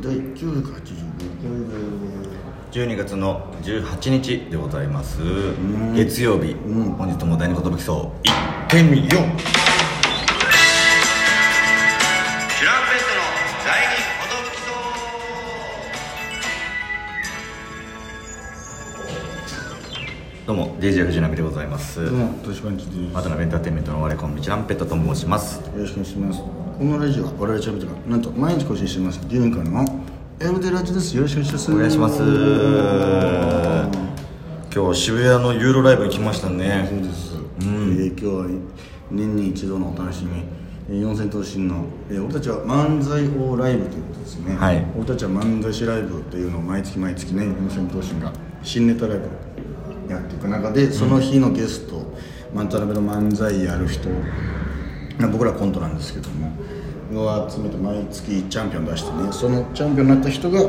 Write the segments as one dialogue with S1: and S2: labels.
S1: 第985回
S2: 12月の18日でございます月曜日本日も第二言武器層いってみようシュランペットの第二言武器層どうも DJ 藤波でございます
S1: どうも豊島園ですよ
S2: 渡辺エンターテインメントの我こんびチュランペットと申します
S1: ろしくお願いしますこのラジオは我々チャンピオンがなんと毎日更新してます10年間のエムデラジオですよろしくお願いします
S2: お願いします今日渋谷のユーロライブに来ましたね
S1: そうです、えー今日は年に一度のお楽しみえー四千頭身の、えー、俺たちは漫才王ライブということですね、
S2: はい
S1: 俺たちは漫才師ライブというのを毎月毎月ね四千頭身が新ネタライブやっていく中でその日のゲスト、マンタラベの漫才やる人まあ僕らコントなんですけどもを集めて毎月チャンピオン出してねそのチャンピオンになった人が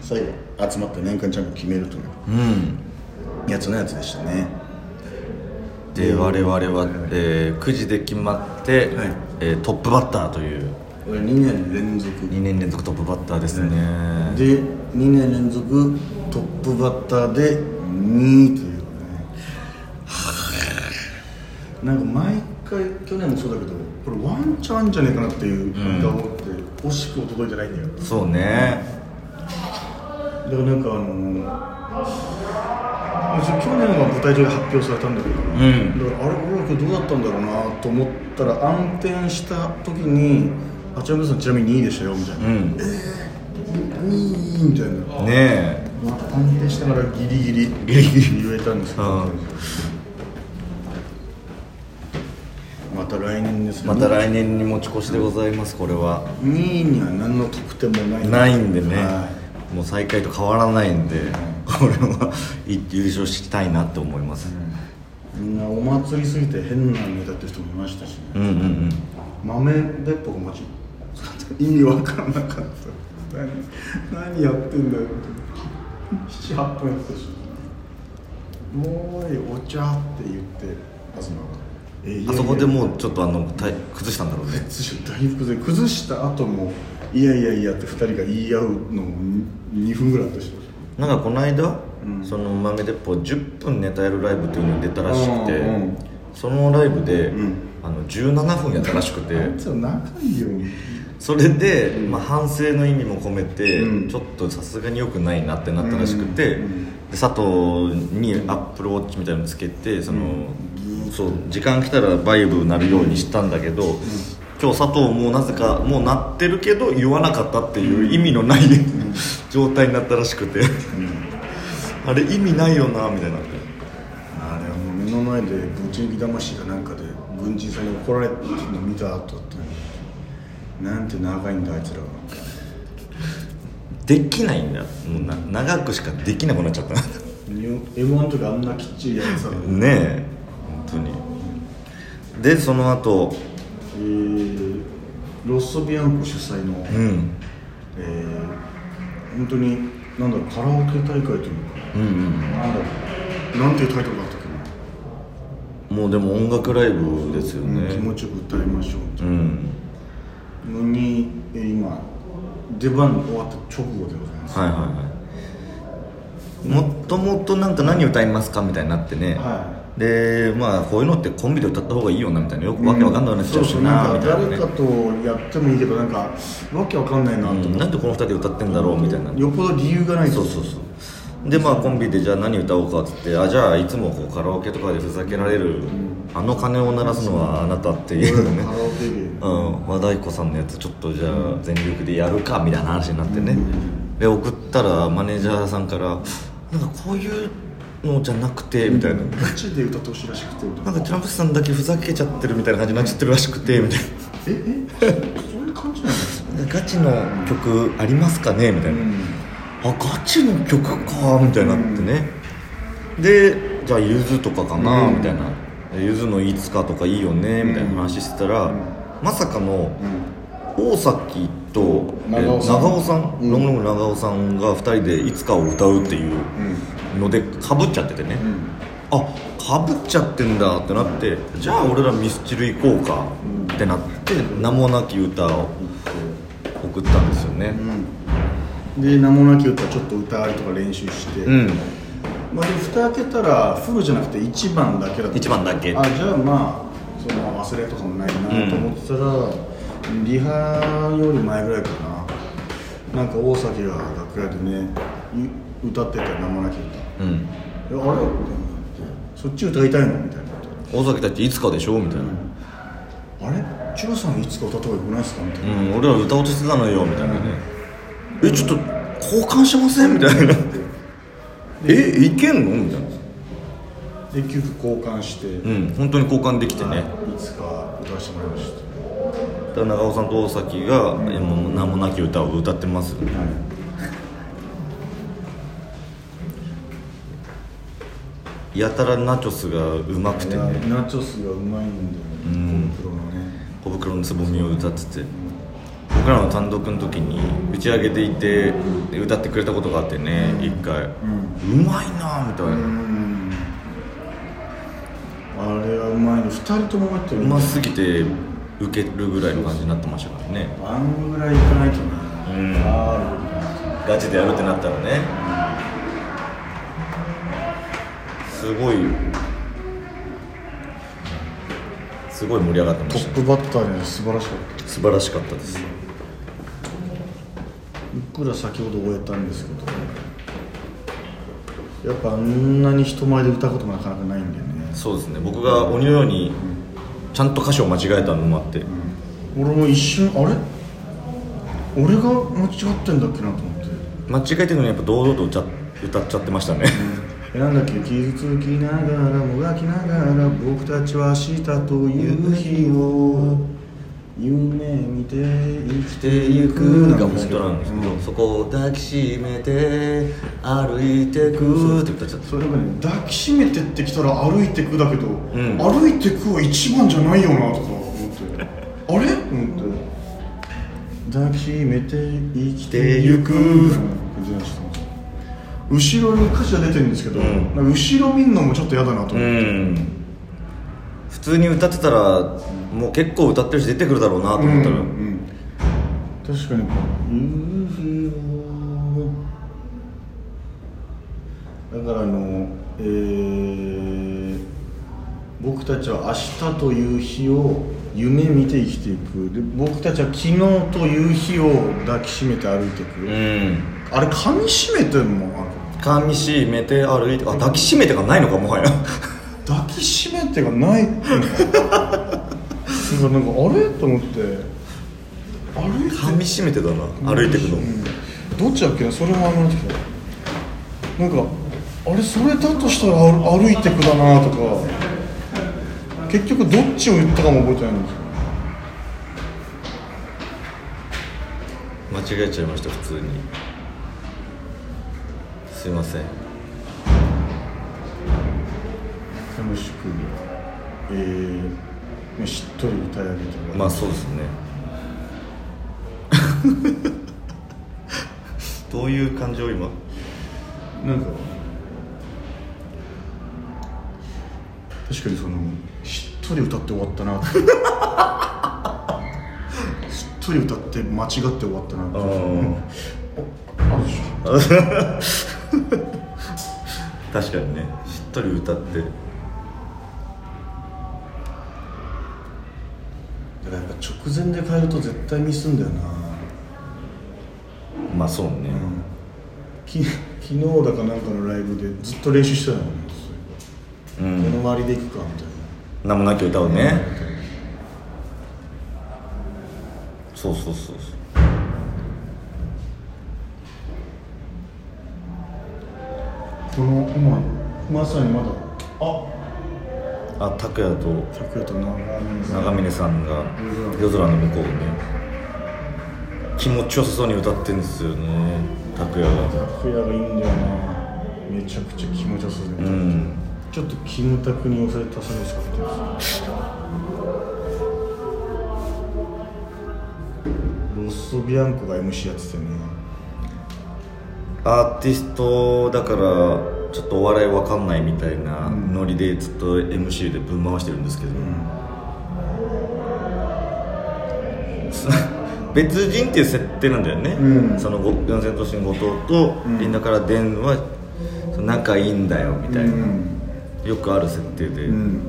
S1: 最後集まって年間チャンピオン決めるという、やつのやつでしたね
S2: で我々は、えー、9時で決まって、
S1: はい
S2: えートップバッターという
S1: 俺2年連続
S2: 2年連続トップバッターですね、
S1: で2年連続トップバッターで2位というねなんか毎回去年もそうだけどこれワンチャンじゃねえかなっていうが思って、惜しくも届いてないんだよ
S2: そうね
S1: だからなんかあのー、去年は舞台上で発表されたんだけど、
S2: ん
S1: だからあれ俺ら今日どうだったんだろうなと思ったら暗転した時に「あちらの皆さんちなみに2位でしたよ」みたいな「
S2: うん
S1: 2位」みたいな
S2: ねえ
S1: まあ、安定しながらギリギリ
S2: ギリギリ
S1: 言えたんですけど、
S2: うん
S1: また来年です
S2: また来年に持ち越しでございますこれは
S1: 2位には何の得点もない
S2: ないんでね、
S1: は
S2: もう最下位と変わらないんで、これはい優勝したいなって思います、
S1: いみんなお祭りすぎて変なネタって人もいましたし、ね、
S2: うん、うんうん
S1: 豆鉄砲がマジ意味わからなかった何何やってんだよ78分やってたし「もういお茶」って言ってあそえいやいや
S2: あそこでもうちょっとあの体崩したんだろうね
S1: 大福で崩した後もいやいやいやって2人が言い合うのを2分ぐらいあったし
S2: なんかこの間、その豆鉄砲10分ネタやるライブっていうのに出たらしくて、
S1: うんうん
S2: そのライブで、
S1: ん
S2: あの17分やったらしくて
S1: あいつは仲いいよ
S2: それで、まあ、反省の意味も込めて、
S1: うん
S2: ちょっとさすがに良くないなってなったらしくて、
S1: うんうん
S2: で佐藤にアップルウォッチみたいなのつけてその、そう時間来たらバイブなるようにしたんだけど、今日佐藤もなぜかもうなってるけど言わなかったっていう意味のない状態になったらしくて、あれ意味ないよなみたいになって。
S1: あれはもう目の前でぶち抜き魂かなんかで軍人さんに怒られてるの見た後ってなんて長いんだあいつらは
S2: できないんだもうな長くしかできなくなっちゃった
S1: m 1の時あんなきっちりやってたのに
S2: ねえ本当にでその後
S1: えーロッソビアンコ主催の、
S2: うん
S1: えー本当になんだろうカラオケ大会というか
S2: うんうん
S1: なんだろうなんていうタイトルだったっけな
S2: もうでも音楽ライブですよ
S1: うん気
S2: ね
S1: 持ちよく歌いましょうみた
S2: う
S1: い
S2: ん
S1: なのに、えー今出番終わった直後でございます、
S2: はいはいはいもっともっとなんか何歌いますかみたいになってね、
S1: は
S2: でまあこういうのってコンビで歌った方がいいよなみたいなよくわけわかんないようになっちゃうしな
S1: そう
S2: み
S1: そう
S2: たい
S1: なん
S2: な
S1: か誰
S2: ね
S1: かとやってもいいけどなんかわけわかんないなと
S2: う
S1: 思
S2: ん
S1: って、
S2: なんでこの2人で歌ってんだろうみたいな
S1: よっぽど理由がない
S2: そう
S1: と
S2: そうそうでまあコンビでじゃあ何歌おうかっつってあじゃあいつもこうカラオケとかでふざけられる、あの鐘を鳴らすのはあなたってい
S1: 俺ら
S2: う
S1: の
S2: ね
S1: カラオケで
S2: うん、和太鼓さんのやつちょっとじゃあ全力でやるかみたいな話になってね、で送ったらマネージャーさんから「なんかこういうのじゃなくて」みたいな「
S1: ガチで歌ってほしいらしくて
S2: なんかトランプさんだけふざけちゃってるみたいな感じになっちゃってるらしくて」みたいな
S1: ええ そういう感じなの
S2: 「ガチの曲ありますかね?」みたいな。あガチの曲かみたいになってね、でじゃあゆずとかかな、
S1: うん
S2: みたいなゆずのいつかとかいいよねみたいな話してたら、まさかの、大崎とえ
S1: 長尾さん
S2: 長尾さん、ロングロング長尾さんが2人でいつかを歌うっていうのでかぶっちゃっててね、あかぶっちゃってんだってなってじゃあ俺らミスチル行こうかってなって名もなき歌を送ったんですよね、
S1: うんで名もなき歌ちょっと歌ありとか練習して、
S2: うん
S1: まあ、でも蓋開けたらフルじゃなくて1番だけだった
S2: 一番だけ
S1: あじゃあまあその忘れとかもないなと思ってたら、リハより前ぐらいかななんか大崎が楽屋でねい歌ってた名もなき歌
S2: うん
S1: えあれみたいなそっち歌いたいのみたいな
S2: 大崎たちいつかでしょみたいな、
S1: あれチュラさんいつか歌った方がよくないですかみたいな
S2: うん、俺ら歌落ちしてたのよみたいなね、えちょっと交換しませんみたいなえいけんのみたいな
S1: で結局交換して、
S2: うん本当に交換できてね
S1: いつか歌わせてもらいました
S2: だから長尾さんと大崎が「えもう名もなき歌」を歌ってますやたらナチョスがうまくてね
S1: ナチョスがうまいんだよね、このプロのね
S2: 小袋のつぼみを歌ってて僕らの単独の時に打ち上げでいて歌ってくれたことがあってね一回うまいなみたいな
S1: あれはうまいの2人とも入って
S2: う
S1: る
S2: ますぎて受けるぐらいの感じになってましたからね
S1: あんぐらいいかないとね、
S2: うん
S1: あー
S2: ガチでやるってなったらねすごいすごい盛り上がってま
S1: ト
S2: した
S1: ッ
S2: ね
S1: プバッターには素晴らしかった
S2: 素晴らしかったです
S1: 僕ら先ほど終えたんですけどやっぱあんなに人前で歌うこともなかなかないんだよね
S2: そうですね僕が鬼のようにちゃんと歌詞を間違えたのもあって
S1: 俺も一瞬あれ俺が間違ってんだっけなと思って
S2: 間違えてるのにやっぱ堂々と歌っ歌っちゃってましたね
S1: えなんだっけ傷つきながらもがきながら僕たちは明日という日を夢見て生きてゆく
S2: が本当なんですけど、そこを抱きしめて歩いてくって歌っちゃった
S1: それがね抱きしめてってきたら歩いてくだけど、
S2: ん
S1: 歩いてくは一番じゃないよなとか思ってあれと思って抱きしめて生きてゆくみたいな感じなんですよ後ろに歌詞が出てるんですけど、
S2: ん
S1: なんか後ろ見んのもちょっと嫌だなと思って、
S2: うん普通に歌ってたらもう結構歌ってるし出てくるだろうなと思ったら、
S1: 確かにこう夕日をだからあのえー僕たちは明日という日を夢見て生きていくで僕たちは昨日という日を抱きしめて歩いていく、
S2: うん
S1: あれ噛みしめてるもんあれ
S2: 噛みしめて歩いてあ抱きしめてがないのかも はや
S1: 抱きしめてがないのかなん かなんかあれと思って歩いて
S2: 噛みしめてだな歩いてくの
S1: どっちだっけなそれもあの時なんかあれそれだとしたら歩歩いてくだなとか結局どっちを言ったかも覚えてないんですよ
S2: 間違えちゃいました普通にすいません
S1: 楽しくえーね、しっとり歌い上げてもらう
S2: まあそうですね どういう感情今
S1: なんか確かにそのしっとり歌って終わった なってしっとり歌って間違って終わったなってあるでしょ
S2: 確かにねしっとり歌って
S1: だからやっぱ直前で変えると絶対ミスんだよな
S2: まあそうね、
S1: き昨日だかなんかのライブでずっと練習してたのよ、ねそういえば目の周りでいくかみたい
S2: 名もなき歌をね、そうそうそうそう
S1: なこの今まさにまだあ
S2: あ拓哉と
S1: 拓哉と長峰さん
S2: 長峰さんが夜空の向こうをね気持ちよさそうに歌ってるんですよね拓哉が
S1: 拓哉がいいんだよなめちゃくちゃ気持ちよさそうで、
S2: うん
S1: ちょっとキムタクに押された寂しかったですロッソビアンコが MC やってたよね
S2: アーティストだからちょっとお笑いわかんないみたいなノリでずっと MC でぶん回してるんですけど、 別人っていう設定なんだよね、
S1: うん
S2: そのご四千頭身後藤と
S1: ん
S2: リンダからデンはその仲いいんだよみたいな、よくある設定で、
S1: うん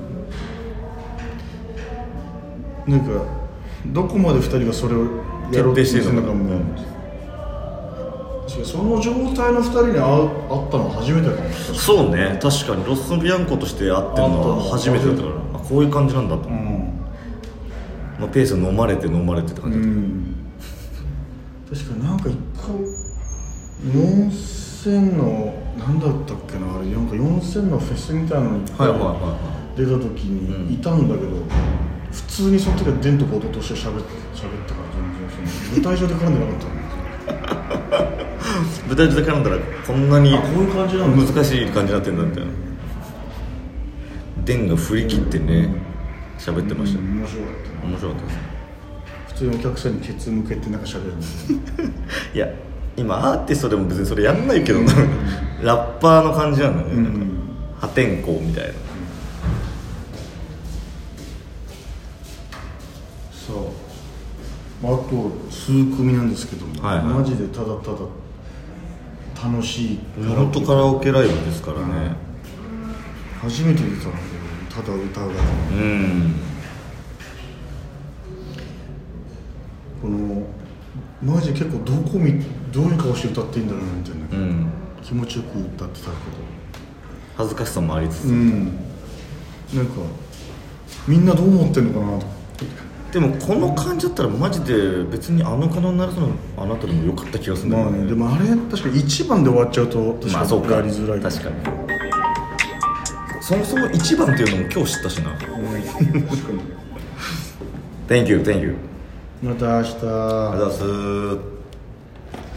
S1: なんかどこまで2人がそれをやろうとしてるのかも、確
S2: 徹底
S1: かにその状態の2人に会う会ったの初めてかもしれ
S2: そうね確かにロス・ビアンコとして会ってるのは初めてだったからあこういう感じなんだと、
S1: ない
S2: まあ、ペース飲まれて飲まれてって感
S1: う
S2: じだっ
S1: ん確かになんか一回4000の何だったっけなあれなんか4000のフェスみたいなのに出た
S2: た、はいはいはい
S1: 時
S2: は
S1: にいたんだけど、普通にその時はデンと行動として喋って喋ったから全然その舞台上で絡んでなかったの
S2: い舞台上で絡んだらこんなに
S1: あこういう感じなんです
S2: 難しい感じになってんだみたいなデンが振り切ってね喋ってました、
S1: 面白かった
S2: 面白かったです
S1: 普通にお客さんにケツ向けてなんか喋るんですよ
S2: いや今アーティストでも別にそれやんないけどなラッパーの感じなんだね、なんか
S1: うん
S2: 破天荒みたいな
S1: そう、まあ、あと数組なんですけども、
S2: はいはい
S1: マジでただただ楽しいカラオ
S2: 本
S1: ケ
S2: 当カラオケライブですからね
S1: 初めて出たんだけどただ歌うだけ
S2: うん
S1: このマジで結構どこ見どういう顔して歌っていいんだろうなみたいな、
S2: うん
S1: 気持ちよく歌ってたけ
S2: 恥ずかしさもありつつ、
S1: どうんなんかみんなどう思ってんのかなとか
S2: でもこの感じだったらマジで別にあの可能になるのあなたでもよかった気がするんだ
S1: ま
S2: よ
S1: あ
S2: ね、
S1: ねでもあれ確か一番で終わっちゃうと確
S2: まあ
S1: か
S2: そう
S1: に
S2: か
S1: やりづらい
S2: 確かにそもそも一番っていうのも今日知ったしな
S1: うん確かに
S2: Thank you, thank you
S1: また明日
S2: ありがとうございます